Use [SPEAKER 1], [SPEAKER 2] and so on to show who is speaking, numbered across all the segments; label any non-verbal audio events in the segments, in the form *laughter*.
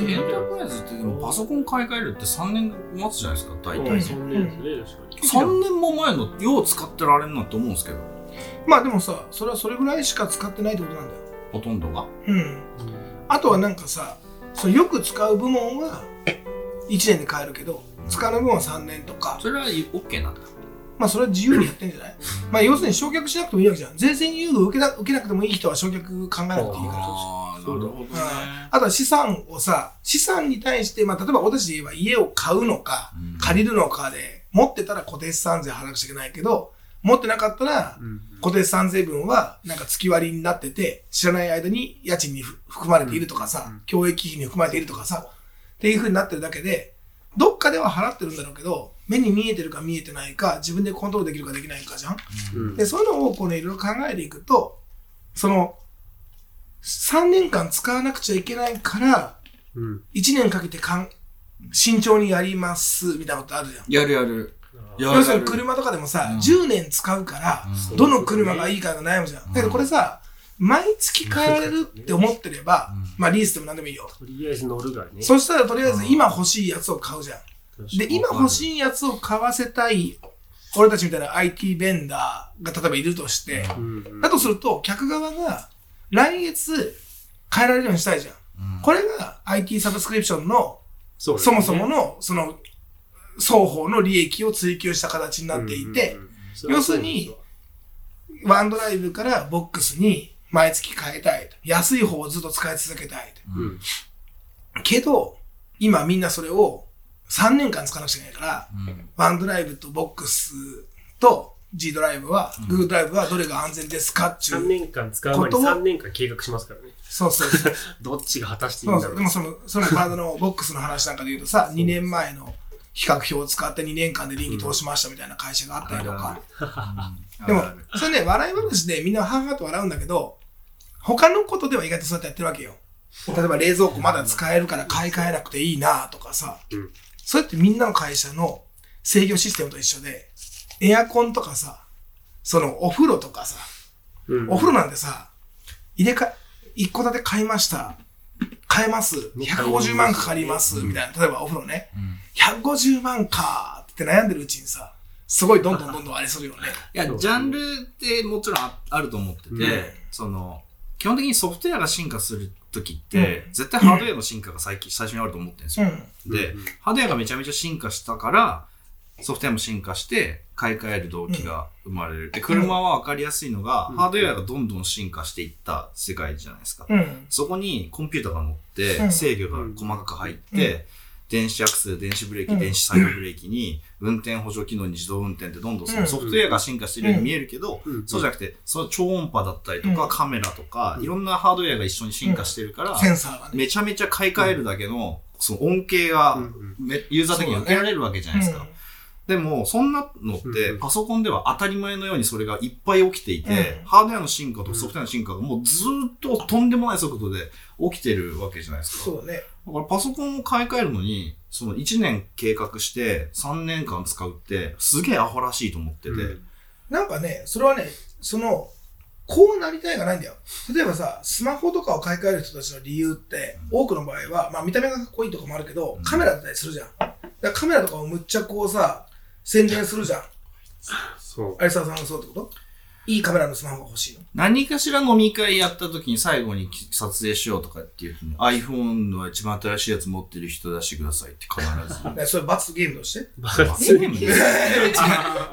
[SPEAKER 1] エンタープライズってでもパソコン買い替えるって3年待つじゃないですか大
[SPEAKER 2] うん
[SPEAKER 1] 体、
[SPEAKER 2] そんなですね、確かに。
[SPEAKER 1] 3年も前のよう使ってられるなって思うんですけど
[SPEAKER 3] まあでもさそれはそれぐらいしか使ってないってことなんだよ
[SPEAKER 1] ほとんどが
[SPEAKER 3] うんあとはなんかさそのよく使う部門は1年で変えるけど使わない部門は3年とか
[SPEAKER 1] それは OK なんだ
[SPEAKER 3] まあそれは自由にやってんじゃないまあ要するに償却しなくてもいいわけじゃん税制優遇受けな受けなくてもいい人は償却考えなくていいから
[SPEAKER 1] ああなるほどね
[SPEAKER 3] あとは資産をさ資産に対して、まあ、例えば私で言えば家を買うのか
[SPEAKER 1] うん
[SPEAKER 3] 借りるのかで持ってたら固定資産税払わなくちゃいけないけど持ってなかったら固定資産税分はなんか月割りになってて知らない間に家賃にふ含まれているとか
[SPEAKER 2] う
[SPEAKER 3] さ
[SPEAKER 2] ん
[SPEAKER 3] 教育費に含まれているとかさっていうふうになってるだけでどっかでは払ってるんだろうけど目に見えてるか見えてないか自分でコントロールできるかできないかじゃん
[SPEAKER 2] うん
[SPEAKER 3] で、そういうのをこうね、いろいろ考えていくと、その、3年間使わなくちゃいけないから、
[SPEAKER 2] うん。
[SPEAKER 3] 1年かけてかん慎重にやります、みたいなことあるじゃん。
[SPEAKER 1] やるやるや
[SPEAKER 3] 要するに車とかでもさ、
[SPEAKER 1] うん
[SPEAKER 3] 10年使うから、
[SPEAKER 1] うん
[SPEAKER 3] どの車がいいかが悩むじゃん。だけどこれさ、毎月変えられるって思ってれば
[SPEAKER 1] うん、
[SPEAKER 3] まあリースでも何でもいいよ。
[SPEAKER 2] とりあえず乗るがね。
[SPEAKER 3] そしたらとりあえず今欲しいやつを買うじゃん。で、今欲
[SPEAKER 2] い。
[SPEAKER 3] しいやつを買わせたい、俺たちみたいな IT ベンダーが例えばいるとして、
[SPEAKER 2] うんうん
[SPEAKER 3] だとすると、客側が来月変えられるようにしたいじゃん。
[SPEAKER 1] うん
[SPEAKER 3] これが IT サブスクリプションの、
[SPEAKER 2] そ
[SPEAKER 3] そもそもの、その、双方の利益を追求した形になっていて、、要するにワンドライブからボックスに毎月変えたいと。安い方をずっと使い続けたいと。
[SPEAKER 2] うん、
[SPEAKER 3] けど、今みんなそれを3年間使わなくちゃいけないから、
[SPEAKER 1] うん
[SPEAKER 3] ワンドライブとボックスと G ドライブは、Google ドライブはどれが安全ですかって
[SPEAKER 2] 3
[SPEAKER 3] いう。
[SPEAKER 2] 年間使う前に3年間計画しますからね。
[SPEAKER 3] そうそうそう。
[SPEAKER 2] どっちが果たしていい
[SPEAKER 3] そ
[SPEAKER 2] ん
[SPEAKER 3] う
[SPEAKER 2] だ
[SPEAKER 3] そう
[SPEAKER 2] ろ
[SPEAKER 3] で
[SPEAKER 2] う
[SPEAKER 3] も。その、そのカードのボックスの話なんかで言うとさ、2年前の比較表を使って2年間で利益通しましたみたいな会社があったりとか。でも
[SPEAKER 1] ある、
[SPEAKER 3] それね、笑い話でみんなははと笑うんだけど、他のことでは意外とそうやってやってるわけよ。例えば冷蔵庫まだ使えるから買い替えなくていいなとかさ
[SPEAKER 2] うん、
[SPEAKER 3] それってみんなの会社の制御システムと一緒で、エアコンとかさ、そのお風呂とかさ、
[SPEAKER 2] うん
[SPEAKER 3] お風呂なんてさ、入れ替え、一戸建て買いました。買えます。150万かかります。みたいな。例えばお風呂ね。
[SPEAKER 1] うん
[SPEAKER 3] 150万かって悩んでるうちにさ、すごいどんどんどんどんあれするよね。
[SPEAKER 1] いや
[SPEAKER 2] そう
[SPEAKER 1] ジャンルってもちろんああると思ってて、
[SPEAKER 2] うん
[SPEAKER 1] その基本的にソフトウェアが進化する時って、絶対ハードウェアの進化が最近最初にあると思ってるんですよ、で、
[SPEAKER 2] うん
[SPEAKER 1] ハードウェアがめちゃめちゃ進化したから、ソフトウェアも進化して、買い替える動機が生まれる。で、車は分かりやすいのが、
[SPEAKER 2] うん
[SPEAKER 1] ハードウェアがどんどん進化していった世界じゃないですか。
[SPEAKER 3] うん。うん。
[SPEAKER 1] そこにコンピューターが乗っ
[SPEAKER 3] う
[SPEAKER 1] て、
[SPEAKER 3] ん
[SPEAKER 1] 制御が細かく入って、
[SPEAKER 3] う
[SPEAKER 1] 電子アクセル、電子ブレー
[SPEAKER 3] う
[SPEAKER 1] キ、
[SPEAKER 3] ん
[SPEAKER 1] 電子サイドブレーキに、運転補助機能に自動運転ってどんどんそうの
[SPEAKER 3] ん
[SPEAKER 1] ソフトウェアが進化してるように見えるけど、
[SPEAKER 2] うん
[SPEAKER 1] そうじゃなくて、その超音波だったりとか、
[SPEAKER 3] うん
[SPEAKER 1] カメラとか、
[SPEAKER 2] うん
[SPEAKER 1] いろんなハードウェアが一緒に進化してるから、
[SPEAKER 3] センサーがね。
[SPEAKER 1] めちゃめちゃ買い替えるだけの、その恩恵が
[SPEAKER 2] うんうん
[SPEAKER 1] め、ユーザー的には受けられるわけじゃないですか。でも、そんなのっ
[SPEAKER 2] う
[SPEAKER 1] て
[SPEAKER 2] ん、
[SPEAKER 1] パソコンでは当たり前のようにそれがいっぱい起きていて
[SPEAKER 3] う、ん
[SPEAKER 1] ハードウェアの進化とソフトウェアの進化がもうずーっととんでもない速度で起きてるわけじゃないですか。
[SPEAKER 3] そうだね。
[SPEAKER 1] だからパソコンを買い替えるのに、その1年計画して3年間使うって、すげえアホらしいと思ってて。
[SPEAKER 3] なんかね、それはね、その、こうなりたいがないんだよ。例えばさ、スマホとかを買い替える人たちの理由って、多くの場合は、まあ見た目がかっこいいとかもあるけど、カメラだったりするじゃん。だからカメラとかをむっちゃこうさ、宣伝するじゃん。
[SPEAKER 2] そう。
[SPEAKER 3] 有沢さんがそうってこといいカメラのスマホが欲しいの。
[SPEAKER 1] 何かしら飲み会やった時に最後に撮影しようとかっていう時に iPhone の一番新しいやつ持ってる人出してくださいって必ず。
[SPEAKER 3] *laughs* だからそれ罰ゲームと *laughs* して。
[SPEAKER 2] バカ
[SPEAKER 1] そういうゲームです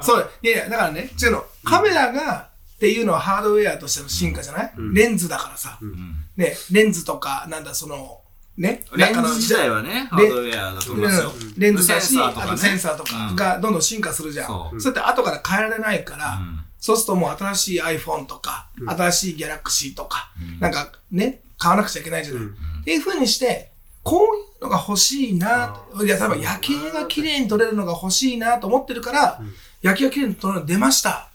[SPEAKER 3] そう、いやいや、だからね、違うの。カメラが、っていうのはハードウェアとしての進化じゃない、
[SPEAKER 2] うん
[SPEAKER 3] レンズだからさ。
[SPEAKER 1] うん
[SPEAKER 3] ね、レンズとか、なんだ、その、ね、
[SPEAKER 1] レン
[SPEAKER 3] *laughs* なんかの
[SPEAKER 1] ズ自体はね、ハードウェアだと思いますよ。
[SPEAKER 3] うんレンズだし、
[SPEAKER 1] センサーとかね
[SPEAKER 3] あとセンサーとかがどんどん進化するじゃん。
[SPEAKER 1] そう
[SPEAKER 3] そうやって後から変えられないから、そうするともう新しい iPhone とか、
[SPEAKER 2] うん
[SPEAKER 3] 新しい Galaxy とか、
[SPEAKER 1] うん
[SPEAKER 3] なんかね、買わなくちゃいけないじゃない。
[SPEAKER 2] うん
[SPEAKER 3] っていう風にして、こういうのが欲しいな
[SPEAKER 2] あ、ー
[SPEAKER 3] いや、多分夜景が綺麗に撮れるのが欲しいなと思ってるから、
[SPEAKER 2] うん
[SPEAKER 3] 夜景が綺麗に撮れるの出ました。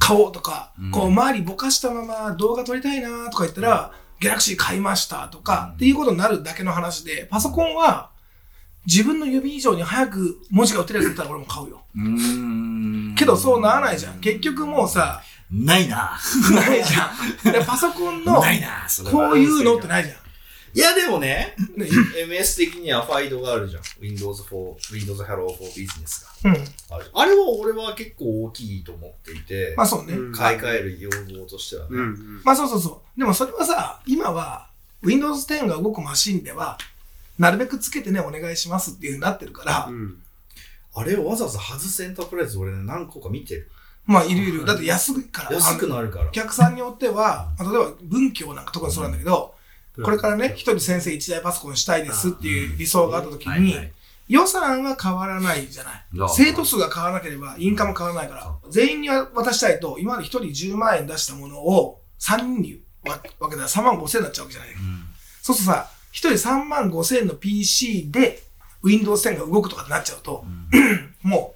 [SPEAKER 3] 買おうとか、
[SPEAKER 1] うん
[SPEAKER 3] こう周りぼかしたまま動画撮りたいなとか言ったら、ギャラクシー買いましたとか、
[SPEAKER 1] うん
[SPEAKER 3] っていうことになるだけの話で、パソコンは自分の指以上に早く文字が打てるやつだったら俺も買うよ。
[SPEAKER 1] うん
[SPEAKER 3] けどそうならないじゃん。結局もうさ、
[SPEAKER 1] ないな。
[SPEAKER 3] ないじゃん。でパソコンの
[SPEAKER 1] ないな。それは
[SPEAKER 3] こういうのってないじゃん。
[SPEAKER 1] いや、でもね、 *laughs*
[SPEAKER 3] ね
[SPEAKER 1] MS 的にはファイドがあるじゃん。Windows 4、Windows Hello for Business
[SPEAKER 3] うん。
[SPEAKER 1] があるじゃん。あれは俺は結構大きいと思っていて、
[SPEAKER 3] まあそうね。
[SPEAKER 2] うん
[SPEAKER 1] 買い替える要望としてはね。
[SPEAKER 2] うんうん。
[SPEAKER 3] まあそうそうそう。でもそれはさ、今は Windows 10が動くマシンでは、なるべくつけてね、お願いしますっていうふうになってるから、
[SPEAKER 2] うん
[SPEAKER 1] あれをわざわざ外すエンタープライズ俺ね、何個か見てる。
[SPEAKER 3] まあいるいる。だって安いから。
[SPEAKER 1] 安くなるから
[SPEAKER 3] お。客さんによっては、まあ例えば文教なんかとかそうなんだけど、これからね、一人先生一台パソコンしたいですっていう理想があった時に、予算は変わらないじゃない
[SPEAKER 1] だから。
[SPEAKER 3] 生徒数が変わらなければ、インカム変わらないから、全員に渡したいと、今まで一人10万円出したものを3人に分けたら3万5千円になっちゃうわけじゃない。そうするとさ、一人3万5千円の PC で Windows 10が動くとかってなっちゃうと、 *clears throat* も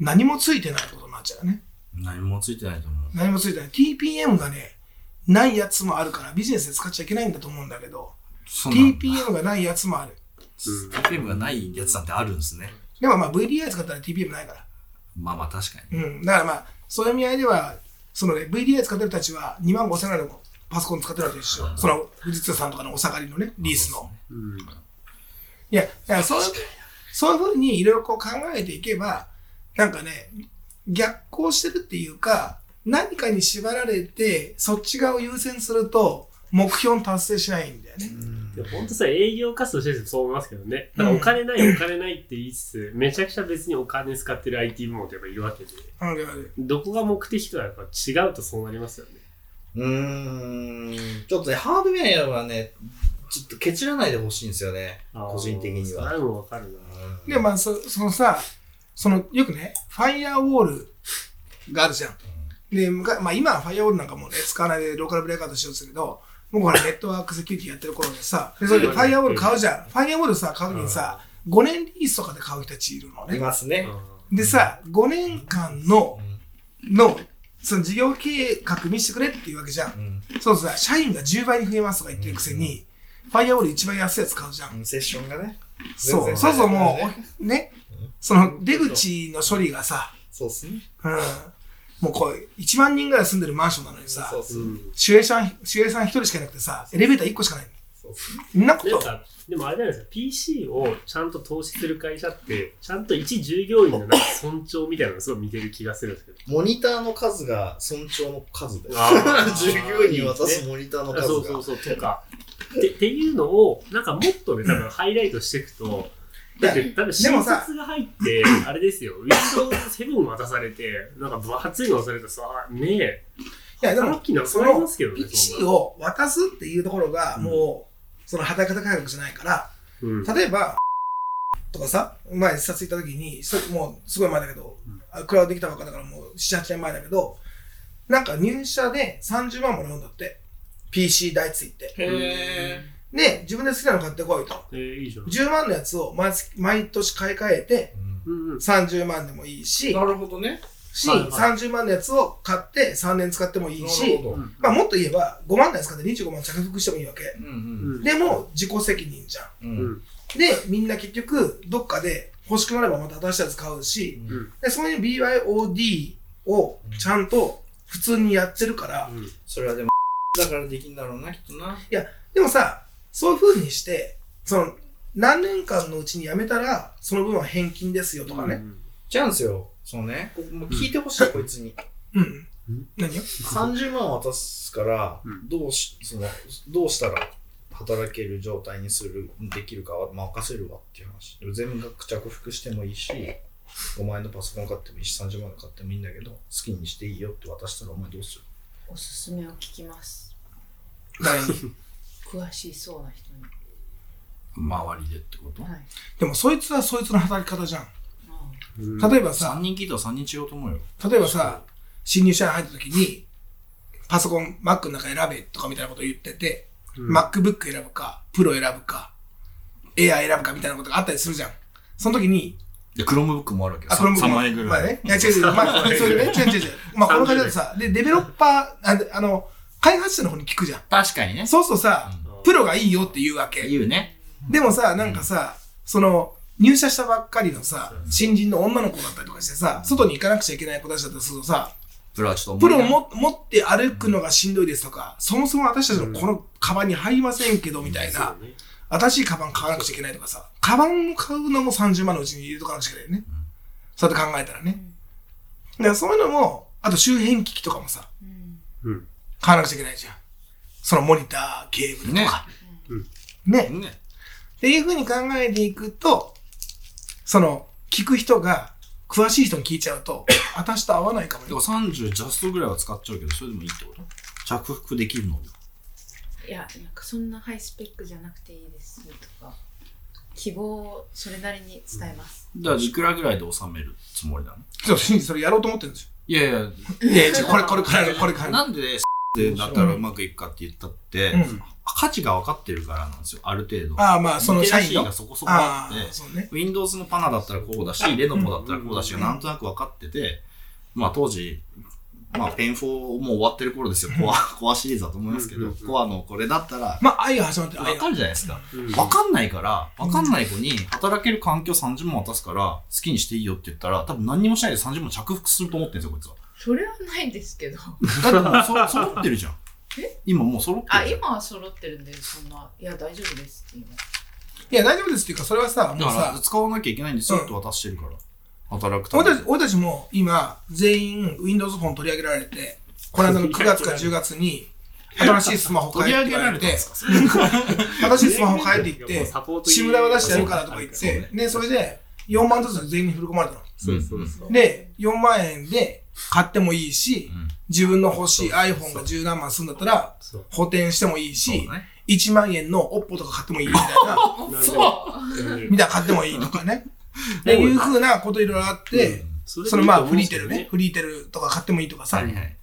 [SPEAKER 3] う何もついてないことになっちゃうよね。
[SPEAKER 1] 何もついてないと思う。
[SPEAKER 3] 何もついてない。TPM がね、ないやつもあるから、ビジネスで使っちゃいけないんだと思うんだけど、TPM がないやつもある。
[SPEAKER 1] TPM がないやつなんてあるんですね。
[SPEAKER 3] でもまあ VDI 使ったら TPM ないから。
[SPEAKER 1] まあまあ確かに。
[SPEAKER 3] うん。だからまあ、そういう意味合いでは、そのね、VDI 使ってる人たちは2万5千円のパソコン使ってるわけでしょ。その、富士通さんとかのお下がりのね、リースの。
[SPEAKER 2] うん
[SPEAKER 3] いや、だからそういう、そういうふうにいろいろこう考えていけば、なんかね、逆行してるっていうか、何かに縛られて、そっち側を優先すると、目標を達成しないんだよね。
[SPEAKER 2] でも本当さ、営業活動しててそう思いますけどね。だからお金ない、お金ないって言いつつ、めちゃくちゃ別にお金使ってる IT 部門ってやっぱいるわけで、
[SPEAKER 3] なので、
[SPEAKER 2] どこが目的とはやっぱ違うとそうなりますよね。
[SPEAKER 1] うーん。ちょっとね、ハードウェアはね、ちょっとケチらないでほしいんですよね。個人的に
[SPEAKER 2] あーそ
[SPEAKER 1] は。
[SPEAKER 2] れもわかるな。
[SPEAKER 3] で、まあ、そそのさ、その、よくね、ファイアウォールがあるじゃん。で、むかまあ、今はファイアウォールなんかもうね、使わないでローカルブレーカーとしてるんですけど、僕はネットワークセキュリティやってる頃でさ、でそれでファイアウォール買うじゃん。ファイアウォールさ、買うときにさ、5年リースとかで買う人たちいるの
[SPEAKER 1] い
[SPEAKER 3] ね。
[SPEAKER 1] ますね。
[SPEAKER 3] でさ、5年間の、の、その事業計画見せてくれっていうわけじゃん。そうそうさ、社員が10倍に増えますとか言ってるくせに、ファイアウォール一番安いやつ買うじゃん。
[SPEAKER 1] セッションがね。
[SPEAKER 3] そう
[SPEAKER 1] 全然
[SPEAKER 3] そうそう、も
[SPEAKER 1] ね
[SPEAKER 3] う、ね、その出口の処理がさ、
[SPEAKER 1] そうっすね。
[SPEAKER 3] うん、もうこう、1万人ぐらい住んでるマンションなのにさ
[SPEAKER 1] そ、うっす
[SPEAKER 2] う
[SPEAKER 1] ね。
[SPEAKER 2] ん
[SPEAKER 3] 守衛さん、守衛さん一人しかいなくてさ、エレベーター1個しかない
[SPEAKER 1] そうっすね。
[SPEAKER 3] の。んなこ
[SPEAKER 2] なん
[SPEAKER 3] と、
[SPEAKER 2] か、でもあれじゃないですか、PC をちゃんと投資する会社って、ちゃんと一従業員のなんか尊重みたいなのがすごい見てる気がするんですけど。
[SPEAKER 1] モニターの数が尊重の数だよ。
[SPEAKER 2] あー
[SPEAKER 1] *laughs* 従業員に渡すモニターの
[SPEAKER 2] あ
[SPEAKER 1] 数
[SPEAKER 2] そうそ
[SPEAKER 1] が
[SPEAKER 2] う。そう、とか。てっていうのを、なんかもっとね、多分ハイライトしていくと、だって、
[SPEAKER 3] で
[SPEAKER 2] 多分
[SPEAKER 3] も
[SPEAKER 2] 新
[SPEAKER 3] さ
[SPEAKER 2] 卒が入って、あれですよ、Windows7 渡されて、なんか分厚いの渡されたらさ、ねえ、
[SPEAKER 3] いや、で
[SPEAKER 2] さ
[SPEAKER 3] も
[SPEAKER 2] っ、きの
[SPEAKER 3] そ
[SPEAKER 2] そり
[SPEAKER 3] の
[SPEAKER 2] ますけどね、
[SPEAKER 3] PC
[SPEAKER 2] んな
[SPEAKER 3] を渡すっていうところが、もう、その働き方改革じゃないから、
[SPEAKER 2] うん
[SPEAKER 3] 例えば、とかさ、前視察行った時に、それもうすごい前だけど、あクラウドできたばっかだからもう7、8年前だけど、なんか入社で30万もらうんだって。PC 代ついて。
[SPEAKER 1] へ
[SPEAKER 3] で、自分で好きなの買ってこいと。
[SPEAKER 2] えー、いいじゃん。
[SPEAKER 3] 10万のやつを毎月毎年買い替えて、
[SPEAKER 2] うんうん。
[SPEAKER 3] 30万でもいいし、
[SPEAKER 1] なるほどね。
[SPEAKER 3] し、
[SPEAKER 2] はいはい
[SPEAKER 3] 30万のやつを買って3年使ってもいい
[SPEAKER 1] なる
[SPEAKER 3] し
[SPEAKER 1] ほ、ど。うん
[SPEAKER 3] まあもっと言えば5万のやつ買って25万着服してもいいわけ。
[SPEAKER 1] うん
[SPEAKER 3] でも自己責任じゃ
[SPEAKER 1] う。
[SPEAKER 3] ん。
[SPEAKER 2] うんん
[SPEAKER 3] で、みんな結局、どっかで欲しくなればまた新しいやつ買うし、
[SPEAKER 1] うん
[SPEAKER 2] うん
[SPEAKER 3] でそういう BYOD をちゃんと普通にやってるから、
[SPEAKER 2] うん
[SPEAKER 1] それはでも、だからできんだろうな、きっとな。
[SPEAKER 3] でもさ、そういう風にして、その、何年間のうちに辞めたら、その分は返金ですよとかね。
[SPEAKER 1] 違うんですよ。そのね、ここもう聞いてほしい、こいつに。
[SPEAKER 3] うん。
[SPEAKER 2] うん
[SPEAKER 3] 何よ
[SPEAKER 1] 30万渡すから
[SPEAKER 2] うん
[SPEAKER 1] どうし、そのどうしたら働ける状態にするできるかは任せるわっていう話でも全額着服してもいいし5万円のパソコン買ってもいいし30万の買ってもいいんだけど好きにしていいよって渡したらお前どうする
[SPEAKER 4] おすすめを聞きます
[SPEAKER 3] 誰に
[SPEAKER 4] 詳しそうな人に
[SPEAKER 1] 周りでってこと
[SPEAKER 4] はい
[SPEAKER 3] でもそいつはそいつの働き方じゃん。
[SPEAKER 4] あ
[SPEAKER 2] うん
[SPEAKER 3] 例えばさ、
[SPEAKER 1] 人聞いたら3人違うと思うよ
[SPEAKER 3] 例えばさ、新入社員入った時に、パソコン、Mac の中選べとかみたいなこと言ってて、MacBook 選ぶか、Pro 選ぶか、Air 選ぶかみたいなことがあったりするじゃん。その時に、
[SPEAKER 1] でクロムブックもあるわけ
[SPEAKER 3] あ、これも、まあね。いや、違 *laughs* う違う。まあ、そういうね。違う違う違う。 *laughs* まあ、この会社でさ、で、デベロッパー、あのあの、開発者の方に聞くじゃん。
[SPEAKER 1] 確かにね
[SPEAKER 3] そうするとさ、
[SPEAKER 2] うん
[SPEAKER 3] プロがいいよって言うわけ。
[SPEAKER 1] 言うね
[SPEAKER 3] でもさ、なんかさ、その、入社したばっかりのさ、新人の女の子だったりとかしてさ、外に行かなくちゃいけない子たちだったりするとさ、
[SPEAKER 5] プロはちょっと
[SPEAKER 3] プロ
[SPEAKER 5] 重いな
[SPEAKER 3] も持って歩くのがしんどいですとか、そもそも私たちのこのカバンに入りませんけどみたいな、
[SPEAKER 2] そうね
[SPEAKER 3] 新しいカバン買わなくちゃいけないとかさ、カバンを買うのも30万のうちに入れとかなくちゃいけないよね。そうやって考えたらね。だからそういうのも、あと周辺機器とかもさ、
[SPEAKER 4] うん
[SPEAKER 2] うん。
[SPEAKER 3] 買わなくちゃいけないじゃん。そのモニター、ケーブルとか。ね。
[SPEAKER 5] ね。ね。
[SPEAKER 3] っていうふうに考えていくと、その、聞く人が、詳しい人に聞いちゃう *coughs* と、私と合わないかも
[SPEAKER 5] でも
[SPEAKER 3] よ。
[SPEAKER 5] 30ジャストぐらいは使っちゃうけど、それでもいいってこと着服できるの
[SPEAKER 4] いやなんかそんなハイスペックじゃなくていいですとか希望をそれなりに伝えます、
[SPEAKER 5] じゃあ、いくらぐらいで収めるつもりなの
[SPEAKER 3] そう、真実それやろうと思ってるんです *laughs*
[SPEAKER 5] いやいや、
[SPEAKER 3] よ。いやいや、これ、これから *laughs* の、これからの。
[SPEAKER 5] なんで、で *laughs* だったらうまくいくかって言ったって、
[SPEAKER 3] うん
[SPEAKER 5] 価値が分かってるからなんですよ、ある程度。
[SPEAKER 3] ああ、まあ、その
[SPEAKER 5] リテ
[SPEAKER 3] 社
[SPEAKER 5] ラシ
[SPEAKER 3] 員
[SPEAKER 5] ー
[SPEAKER 3] の
[SPEAKER 5] が。そこそこあっ
[SPEAKER 3] ああ、
[SPEAKER 5] て、
[SPEAKER 3] そうね。
[SPEAKER 5] Windows のパナだったらこうだし、レノボだったらこうだし、
[SPEAKER 3] うん
[SPEAKER 5] なんとなく分かってて、まあ当時、まあペン4もう終わってる頃ですよ、コア、 *laughs* コアシリーズだと思いますけ
[SPEAKER 2] うん
[SPEAKER 5] ど
[SPEAKER 2] うんう、ん
[SPEAKER 5] コアのこれだったら、
[SPEAKER 3] まあ、愛が始まってる、
[SPEAKER 5] 分
[SPEAKER 3] 愛が
[SPEAKER 5] か。るじゃないですか。
[SPEAKER 2] うん
[SPEAKER 5] 分かんないから、分かんない子に働ける環境30万渡すから、好きにしていいよって言ったら、多分何にもしないで30万着服すると思ってるんですよ、こ
[SPEAKER 4] それはないですけど
[SPEAKER 5] いつは。だってもうそ揃ってるじゃん
[SPEAKER 4] え。
[SPEAKER 5] 今もう揃って
[SPEAKER 4] あ
[SPEAKER 5] るじゃん。
[SPEAKER 4] 今は揃ってるんでそんないや大丈夫ですって言います
[SPEAKER 3] いや、大丈夫ですっていうか、それはさ、もう
[SPEAKER 5] だから
[SPEAKER 3] さ、
[SPEAKER 5] 使わなきゃいけないんですよって渡してるから、働くため
[SPEAKER 3] 俺
[SPEAKER 5] に
[SPEAKER 3] たち、俺たちも今、全員 Windows フォン取り上げられて、この間の9月か10月に、新しいスマホ
[SPEAKER 5] 取
[SPEAKER 3] 買
[SPEAKER 5] り上
[SPEAKER 3] えって
[SPEAKER 5] げ
[SPEAKER 3] 言わ
[SPEAKER 5] ら
[SPEAKER 3] れ
[SPEAKER 5] れたん
[SPEAKER 3] て
[SPEAKER 5] で、すかそれ
[SPEAKER 3] 新しいスマホ買えって言っ
[SPEAKER 2] *laughs* もう
[SPEAKER 3] て
[SPEAKER 2] サポー、ト入れ
[SPEAKER 3] シムラは出してやるからとか言っ
[SPEAKER 5] そう
[SPEAKER 3] て
[SPEAKER 5] ね、
[SPEAKER 3] ね、それで4万ずつ全員に振り込まれたの。
[SPEAKER 2] そうそうそう。
[SPEAKER 3] で、4万円で買ってもいいし
[SPEAKER 5] うん、
[SPEAKER 3] 自分の欲しい iPhone が10何万するんだったら、
[SPEAKER 2] そう。
[SPEAKER 3] 補填してもいい
[SPEAKER 5] そう
[SPEAKER 3] し
[SPEAKER 5] だ、ね。
[SPEAKER 3] 1万円の OPPO とか買ってもいいみたいな。
[SPEAKER 2] *laughs* なんで
[SPEAKER 4] そう
[SPEAKER 2] うん
[SPEAKER 3] みたいな買ってもいいとかね。っていうふうなこといろいろあって、
[SPEAKER 2] そ
[SPEAKER 3] そ
[SPEAKER 2] で
[SPEAKER 3] の
[SPEAKER 2] いい
[SPEAKER 3] ま
[SPEAKER 2] と
[SPEAKER 3] あ
[SPEAKER 2] 思
[SPEAKER 3] フ
[SPEAKER 2] うん
[SPEAKER 3] リーテ
[SPEAKER 2] ですけど
[SPEAKER 3] ル
[SPEAKER 2] ね
[SPEAKER 3] ね、フリーテルとか買ってもいいとかさ、
[SPEAKER 5] はいはい。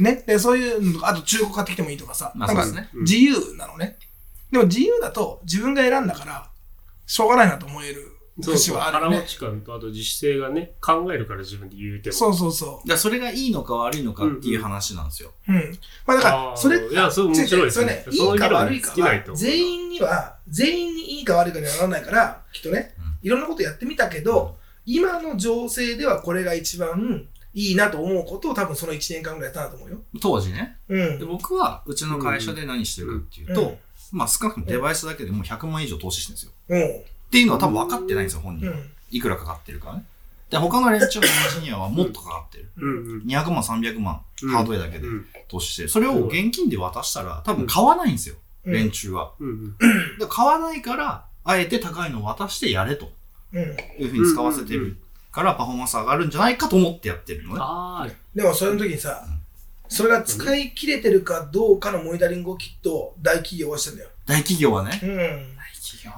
[SPEAKER 3] ね。で、そういうのとか、あと中古買ってきてもいいとかさ、
[SPEAKER 5] ま
[SPEAKER 3] な
[SPEAKER 5] あ
[SPEAKER 3] んか
[SPEAKER 5] そうですね
[SPEAKER 2] うん
[SPEAKER 3] 自由なのね。でも自由だと自分が選んだから、しょうがないなと思える
[SPEAKER 2] そう
[SPEAKER 3] 節
[SPEAKER 2] そう。
[SPEAKER 3] はある
[SPEAKER 2] 腹
[SPEAKER 3] よ
[SPEAKER 2] 落
[SPEAKER 3] ね。
[SPEAKER 2] ち感と、あと自主性がね、考えるから自分で言うても。
[SPEAKER 3] そうそうそ
[SPEAKER 5] だからそれがいいのか悪いのかっていう話なんですよ。
[SPEAKER 3] う。うん。まあだか
[SPEAKER 2] あー
[SPEAKER 3] ら、それ、
[SPEAKER 2] いやそう面
[SPEAKER 3] 違う
[SPEAKER 2] 白い
[SPEAKER 3] 違
[SPEAKER 2] で
[SPEAKER 3] うそ
[SPEAKER 2] す
[SPEAKER 3] れね、
[SPEAKER 2] ね
[SPEAKER 3] いいか悪いか
[SPEAKER 2] そういう議論に尽きないと
[SPEAKER 3] は、
[SPEAKER 2] 思う
[SPEAKER 3] 全員には、全員にいいか悪いかにはならないから、きっとね、いろんなことやってみたけど、今の情勢ではこれが一番いいなと思うことを多分その1年間ぐらいやったなと思うよ。
[SPEAKER 5] 当時ね。
[SPEAKER 3] う
[SPEAKER 5] で
[SPEAKER 3] ん。
[SPEAKER 5] 僕はうちの会社で何してるかっていうと、
[SPEAKER 3] うん
[SPEAKER 5] まあ少なくともデバイスだけでもう100万以上投資してるんですよ。
[SPEAKER 3] うん。
[SPEAKER 5] っていうのは多分分かってないんですよ、本人
[SPEAKER 3] う
[SPEAKER 5] は。
[SPEAKER 3] ん。
[SPEAKER 5] いくらかかってるかね。で、他の連中のエンジニアはもっとかかってる。
[SPEAKER 2] うんうん。
[SPEAKER 5] 200万、300万
[SPEAKER 2] うん、
[SPEAKER 5] ハードウェアだけで
[SPEAKER 2] うん
[SPEAKER 5] 投資してる。それを現金で渡したら多分買わないんですよ、
[SPEAKER 3] うん
[SPEAKER 5] 連中は。
[SPEAKER 2] うん
[SPEAKER 5] で買わないから、あえて高いのを渡してやれと
[SPEAKER 3] うん。
[SPEAKER 5] いうふうに使わせてるからパフォーマンス上がるんじゃないかと思ってやってるのね。
[SPEAKER 2] ああ、
[SPEAKER 3] でもその時にさ、それが使い切れてるかどうかのモニタリングをきっと大企業はしてんだよ。
[SPEAKER 5] 大企業はね。
[SPEAKER 3] うん。
[SPEAKER 5] 大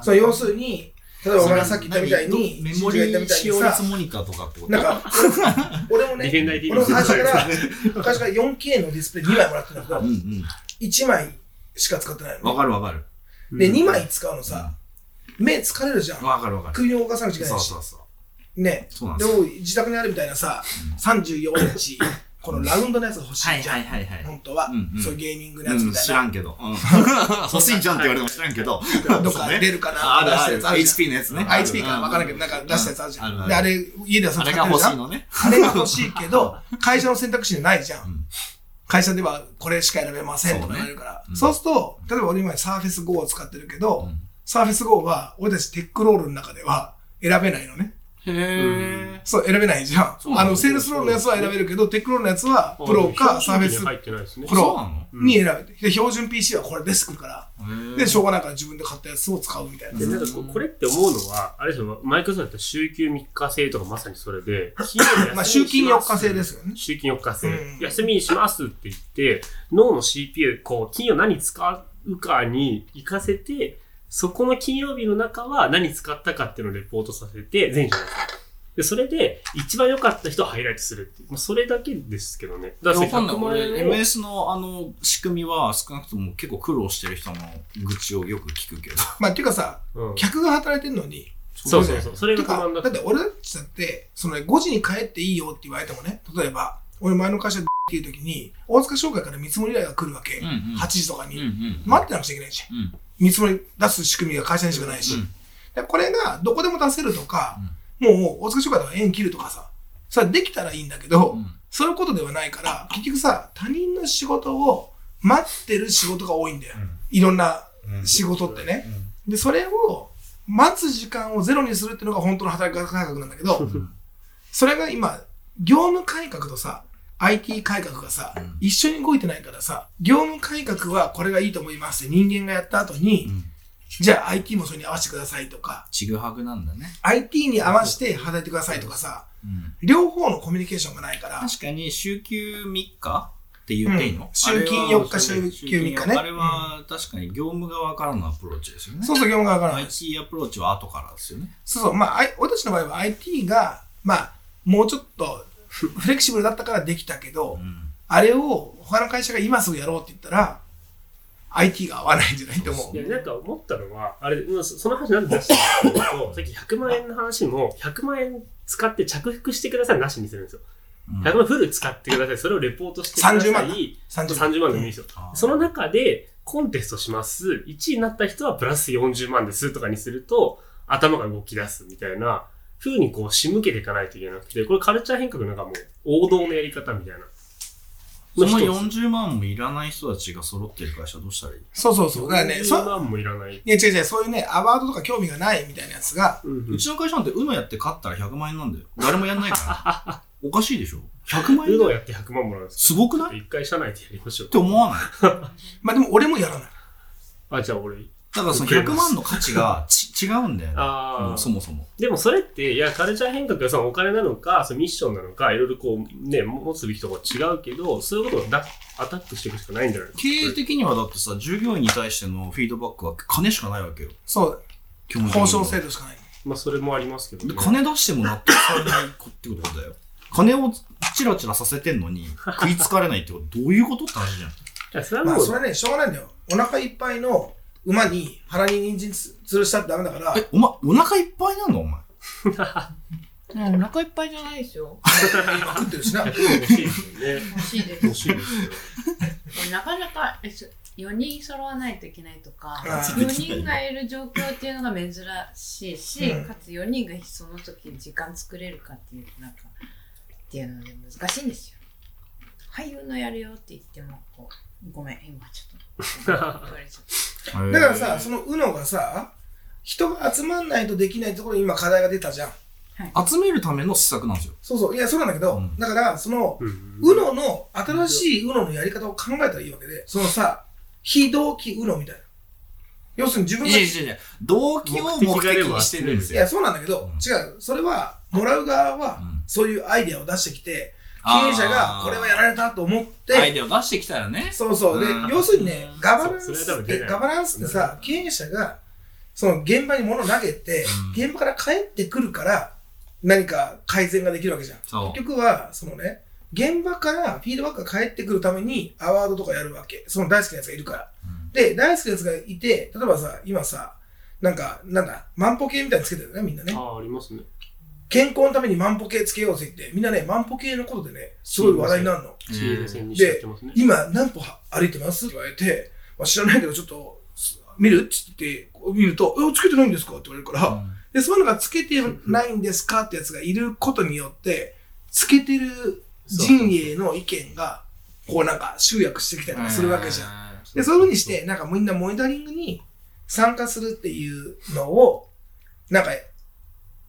[SPEAKER 3] そう、要するに、例えば俺がさっき言ったみたいに、
[SPEAKER 5] メ
[SPEAKER 3] 新
[SPEAKER 5] モ
[SPEAKER 3] 宿
[SPEAKER 5] リ
[SPEAKER 3] が言った
[SPEAKER 5] ー
[SPEAKER 3] みたい
[SPEAKER 5] 使
[SPEAKER 3] に
[SPEAKER 5] 用率
[SPEAKER 3] さ、
[SPEAKER 5] モニターとかってこと
[SPEAKER 3] なんか、俺もね
[SPEAKER 2] ディフ、ェンダー IT
[SPEAKER 3] 俺も最初から、
[SPEAKER 2] *laughs* ね
[SPEAKER 3] 最初から 4K のディスプレイ2枚もらってたけど
[SPEAKER 5] うん、うん。
[SPEAKER 3] 1枚しか使ってない
[SPEAKER 5] わ
[SPEAKER 3] の。
[SPEAKER 5] かるわかる。
[SPEAKER 3] で、2枚使うのさ、目疲れるじゃん。
[SPEAKER 5] わかるわかる。
[SPEAKER 3] 首を動かさなきゃいけ
[SPEAKER 5] そ
[SPEAKER 3] ないうし
[SPEAKER 5] そ。うそう。
[SPEAKER 3] ね。
[SPEAKER 5] そうなん
[SPEAKER 3] で
[SPEAKER 5] ですよ。
[SPEAKER 3] も自宅にあるみたいなさ、34インチ、このラウンドのやつ欲しいじゃん。
[SPEAKER 5] はいは
[SPEAKER 3] 本当は
[SPEAKER 5] うんう、ん
[SPEAKER 3] そういうゲーミングのやつ
[SPEAKER 5] うん、
[SPEAKER 3] みたい
[SPEAKER 5] 知
[SPEAKER 3] な。
[SPEAKER 5] らんけど。うん
[SPEAKER 3] *laughs*
[SPEAKER 5] 欲しいじゃんって言われても知らんけど。
[SPEAKER 3] どっか出るかな
[SPEAKER 5] あるあ
[SPEAKER 3] 出
[SPEAKER 5] る。
[SPEAKER 3] したやつある
[SPEAKER 5] HP のやつね。
[SPEAKER 3] あ HP かな分からんけど、
[SPEAKER 5] う
[SPEAKER 3] なんか出したやつあるじゃ。
[SPEAKER 5] うんあ
[SPEAKER 3] で、
[SPEAKER 5] る
[SPEAKER 3] あ
[SPEAKER 5] ある
[SPEAKER 3] れ、家ではさ、
[SPEAKER 5] あ
[SPEAKER 3] 使
[SPEAKER 5] れ
[SPEAKER 3] っ
[SPEAKER 5] が
[SPEAKER 3] てる
[SPEAKER 5] 欲
[SPEAKER 3] じゃ
[SPEAKER 5] しい
[SPEAKER 3] ん。
[SPEAKER 5] のね。
[SPEAKER 3] あれが欲しいけど、会社の選択肢にないじゃ
[SPEAKER 5] うん
[SPEAKER 3] ん。会社ではこれしか選べませんと
[SPEAKER 5] そうね
[SPEAKER 3] か言われるから
[SPEAKER 5] う。ん
[SPEAKER 3] そうすると、例えば俺今サーフェス GO を使ってるけ
[SPEAKER 5] う
[SPEAKER 3] ど、
[SPEAKER 5] ん
[SPEAKER 3] サーフェス GO は俺たちテックロールの中では選べないのね。
[SPEAKER 5] へえ。
[SPEAKER 3] そう、選べないじゃ。
[SPEAKER 5] そうんな
[SPEAKER 3] あ
[SPEAKER 5] の
[SPEAKER 3] の、セールスロールのやつは選べるけど、テックロールのやつはプロかサーフェス
[SPEAKER 2] 入ってないですね。
[SPEAKER 3] プ
[SPEAKER 5] そう
[SPEAKER 3] ロ
[SPEAKER 5] なの
[SPEAKER 3] に選べて。で、標準 PC はこれですくるから。
[SPEAKER 5] へー
[SPEAKER 3] で、しょうがないから自分で買ったやつを使うみたいな
[SPEAKER 2] で。なんかここれって思うのは、あれですよ、マイクロソフトって週休3日制とかまさにそれで、金曜日
[SPEAKER 3] *laughs* まあ、集金4日制
[SPEAKER 2] す
[SPEAKER 3] ですよね。
[SPEAKER 2] 週金4日制、
[SPEAKER 3] うん
[SPEAKER 2] 休みにしますって言って脳の CPU こう金曜何使うかに行かせてそこの金曜日の中は何使ったかっていうのをレポートさせて全社のでそれで一番良かった人をハイライトするっていう、まあ、それだけですけどねだ
[SPEAKER 5] いやわかんない。
[SPEAKER 2] 100万
[SPEAKER 5] 俺、
[SPEAKER 2] 円を
[SPEAKER 5] MS のあの、仕組みは少なくとも結構苦労してる人の愚痴をよく聞くけど。
[SPEAKER 3] まあ、っていうかさ、
[SPEAKER 2] うん
[SPEAKER 3] 客が働いてるのに、
[SPEAKER 2] そうそうそうそれ
[SPEAKER 3] て
[SPEAKER 2] が不
[SPEAKER 3] か
[SPEAKER 2] 満だっ
[SPEAKER 3] だ
[SPEAKER 2] た
[SPEAKER 3] って俺たちだって、そのね5時に帰っていいよって言われてもね、例えば、俺前の会社っていう時に、大塚商会から見積もり依頼が来るわけ。
[SPEAKER 5] うんうん
[SPEAKER 3] 8時とか
[SPEAKER 5] うん
[SPEAKER 3] に。
[SPEAKER 5] うん。
[SPEAKER 3] 待ってなくちゃいけないじゃん。
[SPEAKER 5] うん
[SPEAKER 3] 見積もり出す仕組みが会社にしかないし。
[SPEAKER 5] うん
[SPEAKER 3] でこれがどこでも出せるとか、もう大塚商会とか縁切るとかさ、それはできたらいいんだけど、
[SPEAKER 5] うん
[SPEAKER 3] そういうことではないから、結局さ、他人の仕事を待ってる仕事が多いんだよ。いろんな
[SPEAKER 1] うん
[SPEAKER 3] 仕事ってね。
[SPEAKER 1] うん
[SPEAKER 3] で、それを、待つ時間をゼロにするっていうのが本当の働き方改革なんだけど、それが今、業務改革とさ、IT 改革がさ、
[SPEAKER 5] うん
[SPEAKER 3] 一緒に動いてないからさ、業務改革はこれがいいと思いますって人間がやった後に、
[SPEAKER 5] うん
[SPEAKER 3] じゃあ IT もそれに合わせてくださいとか、
[SPEAKER 5] ちぐはぐなんだね。
[SPEAKER 3] IT に合わせて働いてくださいとかさ、
[SPEAKER 5] うん
[SPEAKER 3] 両方のコミュニケーションがないから、
[SPEAKER 5] 確かに週休3日って言っていいの、
[SPEAKER 3] うん週金
[SPEAKER 5] あれは
[SPEAKER 3] 4日週休3日ね
[SPEAKER 5] あれは確かに業務側からのアプローチですよね。
[SPEAKER 3] そうそう、業務側からなんです。
[SPEAKER 5] IT アプローチは後からですよね。
[SPEAKER 3] そうそう、まあ、あい俺たちの場合は IT が、まあ、もうちょっとフフレキシブルだったからできたけど、
[SPEAKER 5] うん
[SPEAKER 3] あれを他の会社が今すぐやろうって言ったら、IT が合わないんじゃないと思う。
[SPEAKER 2] いや、なんか思ったのは、あれ、うんそその話なんで出したのかというと、さっき100万円の話も、100万円使って着服してくださいなしにするんですよ。
[SPEAKER 5] うん
[SPEAKER 2] 100万フル使ってください。それをレポートしてください。
[SPEAKER 3] 30万
[SPEAKER 2] 30
[SPEAKER 3] 30
[SPEAKER 2] 万でもいいですよ。
[SPEAKER 5] あー
[SPEAKER 2] その中で、コンテストします。1位になった人はプラス40万ですとかにすると、頭が動き出すみたいな、風にこう仕向けていかないといけなくて、これカルチャー変革なんかもう王道のやり方みたいな。
[SPEAKER 5] そ
[SPEAKER 2] 一
[SPEAKER 5] の
[SPEAKER 2] つ
[SPEAKER 5] 40万もいらない人たちが揃ってる会社どうしたらいい
[SPEAKER 3] そうそうそう。だからね、
[SPEAKER 2] 40
[SPEAKER 3] そ
[SPEAKER 2] 万もいらない。
[SPEAKER 3] いや違う違う、そういうね、アワードとか興味がないみたいなやつが、
[SPEAKER 2] うんうん
[SPEAKER 5] うちの会社なんて UNO やって勝ったら100万円なんだよ。誰もやんない
[SPEAKER 2] *laughs*
[SPEAKER 5] から。おかしいでしょ ?100 万
[SPEAKER 2] ウ
[SPEAKER 5] 円
[SPEAKER 2] ド
[SPEAKER 5] だ
[SPEAKER 2] を
[SPEAKER 5] よ。
[SPEAKER 2] やって100万もらうんです
[SPEAKER 5] すごくない
[SPEAKER 2] よ。一回社内でやりましょう
[SPEAKER 5] っ。て思わない
[SPEAKER 3] まあでも俺もやらない。
[SPEAKER 2] あ、じゃあ俺。
[SPEAKER 5] だからその
[SPEAKER 2] 受け
[SPEAKER 5] 100
[SPEAKER 2] ます
[SPEAKER 5] 万の価値がち *laughs* 違うんだよね。
[SPEAKER 2] あ
[SPEAKER 5] もう
[SPEAKER 2] あ
[SPEAKER 5] そ。もそも。
[SPEAKER 2] でもそれって、いや、カルチャー変革はそのお金なのか、そのミッションなのか、いろいろこう、ね、持つべきとこ違うけど、そういうことをだアタックしていくしかないんじゃないですか。
[SPEAKER 5] 経営的にはだってさ、従業員に対してのフィードバックは金しかないわけよ。
[SPEAKER 3] そう、
[SPEAKER 5] 基本的には
[SPEAKER 3] 交渉制度しかない。
[SPEAKER 2] まあ、それもありますけど
[SPEAKER 5] で
[SPEAKER 2] ね。
[SPEAKER 5] 金出しても納得されない子ってことだよ。金をチラチラさせてんのに食いつかれないってことどういうことって話じゃ
[SPEAKER 2] *laughs*
[SPEAKER 5] ん。
[SPEAKER 2] いやそれは
[SPEAKER 3] まあ
[SPEAKER 2] もう、
[SPEAKER 3] それはね、しょうがないんだよ。お腹いっぱいの馬に腹に人参つ吊るしたってダメだから、
[SPEAKER 5] え、お前、お腹いっぱいなのお前。
[SPEAKER 4] うん、お腹いっぱいじゃないですよ。
[SPEAKER 3] 食ってる
[SPEAKER 2] *laughs*
[SPEAKER 3] しな。
[SPEAKER 2] 欲しいですよね。
[SPEAKER 4] 欲しいです。
[SPEAKER 2] 欲しいですよ。
[SPEAKER 4] なかなかえそ4人揃わないといけないとか
[SPEAKER 3] あー
[SPEAKER 4] 4人がいる状況っていうのが珍しいし、
[SPEAKER 3] うん
[SPEAKER 4] かつ4人がその時時間作れるかっていうなんかっていうので難しいんですよ俳優のやるよって言ってもこうごめん今ちょっ *laughs* と言われちゃった
[SPEAKER 3] だからさ、その UNO がさ、人が集まんないとできないところに今課題が出たじゃん。
[SPEAKER 5] 集めるための施策なんですよ。
[SPEAKER 3] そうそう。いや、そうなんだけど、
[SPEAKER 5] うん
[SPEAKER 3] だから、その、
[SPEAKER 2] うん。
[SPEAKER 3] UNO の、新しい UNO のやり方を考えたらいいわけで、そのさ、非同期 UNO みたいな。要するに自分
[SPEAKER 5] い
[SPEAKER 3] が、
[SPEAKER 5] やい
[SPEAKER 3] い
[SPEAKER 5] やいや、動機を目的にしてるんですよ
[SPEAKER 3] や、。そうなんだけど、
[SPEAKER 5] うん
[SPEAKER 3] 違う。それは、もらう側は
[SPEAKER 5] うん、
[SPEAKER 3] そういうアイデアを出してきて、経営者がこれはやられたと思
[SPEAKER 5] ア
[SPEAKER 3] っ
[SPEAKER 5] イ
[SPEAKER 3] て、
[SPEAKER 5] デアを出してきたらね。
[SPEAKER 3] そうそう。で
[SPEAKER 5] うん、
[SPEAKER 3] 要するにね
[SPEAKER 5] うん、
[SPEAKER 3] ガバナンス
[SPEAKER 2] そうそれ
[SPEAKER 3] っ
[SPEAKER 2] は多分出
[SPEAKER 3] て、
[SPEAKER 2] ない
[SPEAKER 3] ガバナンスってさ、経営者が、その現場に物を投げて、
[SPEAKER 5] うん
[SPEAKER 3] 現場から帰ってくるから、何か改善ができるわけじゃん。
[SPEAKER 5] そう
[SPEAKER 3] 結局は、そのね、現場からフィードバックが返ってくるためにアワードとかやるわけ。その大好きなやつがいるから。
[SPEAKER 5] うん
[SPEAKER 3] で、大好きなやつがいて、例えばさ、今さ、なんか、なんだ、万歩計みたいにつけてるよね、みんなね
[SPEAKER 2] あ。あ、ありますね。
[SPEAKER 3] 健康のために万歩計つけようぜって、みんなね、万歩計のことでね、すごい話題になるの。
[SPEAKER 2] チーム戦にしちゃって
[SPEAKER 3] で
[SPEAKER 2] ますね、。
[SPEAKER 3] 今何歩歩いてますって言われて、まあ、知らないけどちょっとす見るって言って、こう見ると、え、つけてないんですかって言われるから、
[SPEAKER 5] うん
[SPEAKER 3] で、そういうのがつけてないんですかってやつがいることによって、つけてる陣営の意見が、こうなんか集約してきたりとかするわけじゃん。
[SPEAKER 5] ん。
[SPEAKER 3] で、そういうふうにして、なんかみんなモニタリングに参加するっていうのを、なんか、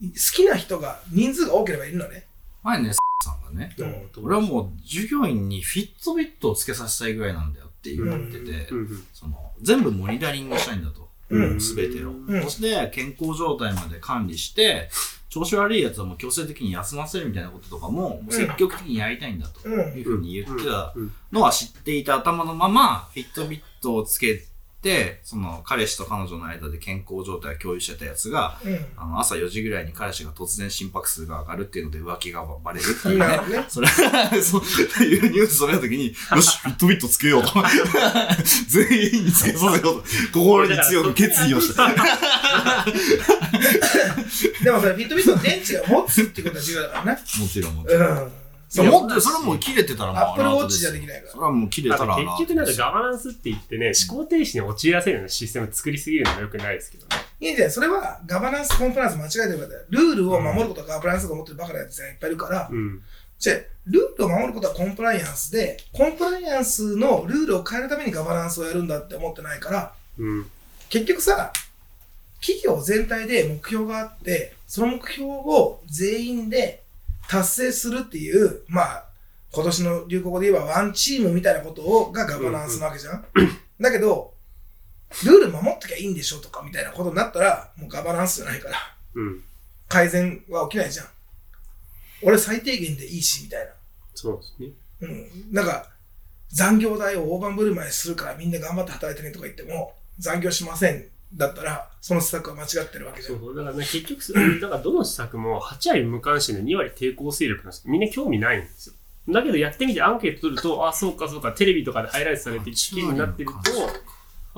[SPEAKER 3] 好きな人が、人数が多ければいるのね。
[SPEAKER 5] 前ね、さんがね、
[SPEAKER 3] う
[SPEAKER 2] うんん
[SPEAKER 5] 俺はもう従業員にフィットビットをつけさせたいぐらいなんだよって言ってて、
[SPEAKER 2] うん
[SPEAKER 5] その全部モニタリングしたいんだと。
[SPEAKER 3] う
[SPEAKER 2] うんん。
[SPEAKER 5] すべて
[SPEAKER 2] の
[SPEAKER 5] を。
[SPEAKER 3] うん
[SPEAKER 5] そして健康状態まで管理して、調子悪いやつはもう強制的に休ませるみたいなこととかも、もう積極的にやりたいんだと
[SPEAKER 3] うん *laughs*
[SPEAKER 5] いうふうに言ってたのは知っていた頭のまま、フィットビットをつけて、その彼氏と彼女の間で健康状態を共有してたやつが、
[SPEAKER 3] うん。
[SPEAKER 5] あの朝4時ぐらいに彼氏が突然心拍数が上がるっていうので浮気がバレるっていう
[SPEAKER 3] *laughs* なる
[SPEAKER 5] ね
[SPEAKER 3] ほ。どね。
[SPEAKER 5] それ、そういうニュースを見たときに、よし、フィットビットつけようと。 *laughs* 全員につけさせようと。心に強く決意をした。
[SPEAKER 3] でもさ、フィットビットの電池が持つっていうことは重要だからね。
[SPEAKER 5] もちろん、もちろん。
[SPEAKER 3] うん。
[SPEAKER 5] そ
[SPEAKER 3] そうう
[SPEAKER 5] 持ってる、それはもう切れてたらもう
[SPEAKER 3] アップル
[SPEAKER 5] アラー
[SPEAKER 3] ウォ
[SPEAKER 5] ト
[SPEAKER 3] ッチ
[SPEAKER 5] す
[SPEAKER 3] じゃ
[SPEAKER 5] よ
[SPEAKER 3] できないから
[SPEAKER 5] それはもう切れ
[SPEAKER 2] あ
[SPEAKER 5] た *laughs*
[SPEAKER 2] と
[SPEAKER 5] らアラー
[SPEAKER 2] 結
[SPEAKER 5] トです
[SPEAKER 2] 局なんかガバナンスって言ってね、思考停止に陥らせるようなシステムを作りすぎるのは良くないですけどね。
[SPEAKER 3] いいんじゃないそれはガバナンス、コンプライアンス間違えてるからだよ。ルールを守ることはガバナンスが持ってるバカなやつがいっぱいいるから、
[SPEAKER 2] うん。
[SPEAKER 3] じゃあルールを守ることはコンプライアンスで、コンプライアンスのルールを変えるためにガバナンスをやるんだって思ってないから、
[SPEAKER 2] うん。
[SPEAKER 3] 結局さ、企業全体で目標があって、その目標を全員で達成するっていう、まあ、今年の流行語で言えばワンチームみたいなことをがガバナンスなわけじゃん。だけど、ルール守っときゃいいんでしょとかみたいなことになったら、もうガバナンスじゃないから、
[SPEAKER 2] うん。
[SPEAKER 3] 改善は起きないじゃん。俺最低限でいいし、みたいな。
[SPEAKER 2] そうですね。
[SPEAKER 3] うん、なんか残業代を大盤振る舞いするからみんな頑張って働いてねとか言っても残業しませんだったらその施策は間違ってるわけじゃん
[SPEAKER 2] そうそう。だからね、結局それ、だからどの施策も8割無関心で2割抵抗勢力なんですみんな興味ないんですよ。だけどやってみてアンケート取ると、あ、そうかそうか、テレビとかでハイライトされて知見になってると、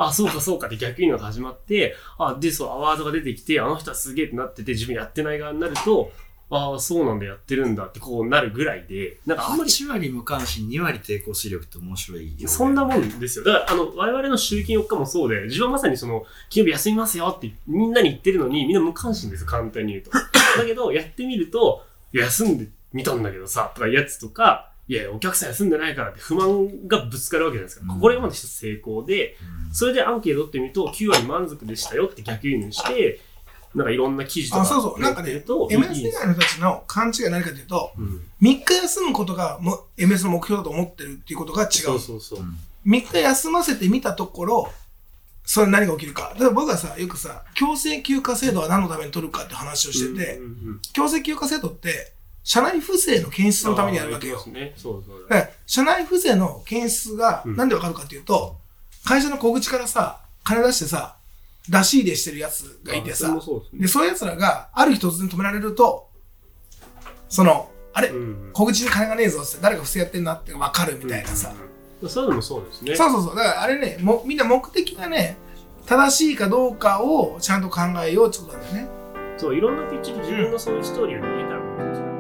[SPEAKER 2] あ、そうかそうかって逆にのが始まって、あ、で、そう、アワードが出てきて、あの人はすげえってなってて、自分やってない側になると、ああ、そうなんだ、やってるんだってこうなるぐらいで、なんかあんまり
[SPEAKER 5] 8割無関心、2割抵抗視力って面白いよね。
[SPEAKER 2] そんなもんですよ。だから、あの、我々の集金4日もそうで、自分はまさにその、金曜日休みますよってみんなに言ってるのに、みんな無関心ですよ、簡単に言うと。
[SPEAKER 3] *coughs*
[SPEAKER 2] だけど、やってみると、いや休んでみたんだけどさ、とかやつとか、いや、お客さん休んでないからって不満がぶつかるわけじゃないですか。
[SPEAKER 5] うん
[SPEAKER 2] これまで一つ成功で、
[SPEAKER 5] うん
[SPEAKER 2] それでアンケート取ってみると、9割満足でしたよって逆輸入して、なんかいろんな記事とか
[SPEAKER 3] あそうそうなんか
[SPEAKER 2] 載って
[SPEAKER 3] ね
[SPEAKER 2] ると、いい
[SPEAKER 3] MS 以外の人たちの勘違いは何かというと
[SPEAKER 2] うん、
[SPEAKER 3] 3日休むことがも MS の目標だと思ってるっていうことが違う
[SPEAKER 2] そうそうそう。
[SPEAKER 5] うん
[SPEAKER 3] 3日休ませてみたところそれ何が起きるかだから僕はさよくさ強制休暇制度は何のために取るかって話をしてて、
[SPEAKER 2] うんうんうん
[SPEAKER 3] 強制休暇制度って社内不正の検出のためにやるわけよ、
[SPEAKER 2] あー言ってますねそうそう。
[SPEAKER 3] だから社内不正の検出が
[SPEAKER 2] うん
[SPEAKER 3] なんでわかるかっていうと、会社の小口からさ、金出してさ、出し入れしてるやつがいて
[SPEAKER 2] あそれ
[SPEAKER 3] さ
[SPEAKER 2] も、そうですね
[SPEAKER 3] で、そういうやつらがある日突然止められると、その、あれ、
[SPEAKER 2] うん
[SPEAKER 3] 小口に金がねえぞって誰か不正やってんなってわかるみたいなさ。
[SPEAKER 2] うんそういうのもそうですね。
[SPEAKER 3] そうそうそう。だからあれね、もみんな目的がね、正しいかどうかをちゃんと考えようってことなんだよね。
[SPEAKER 2] そういろんなピッチで自分のそういうストーリーを見えたら面白い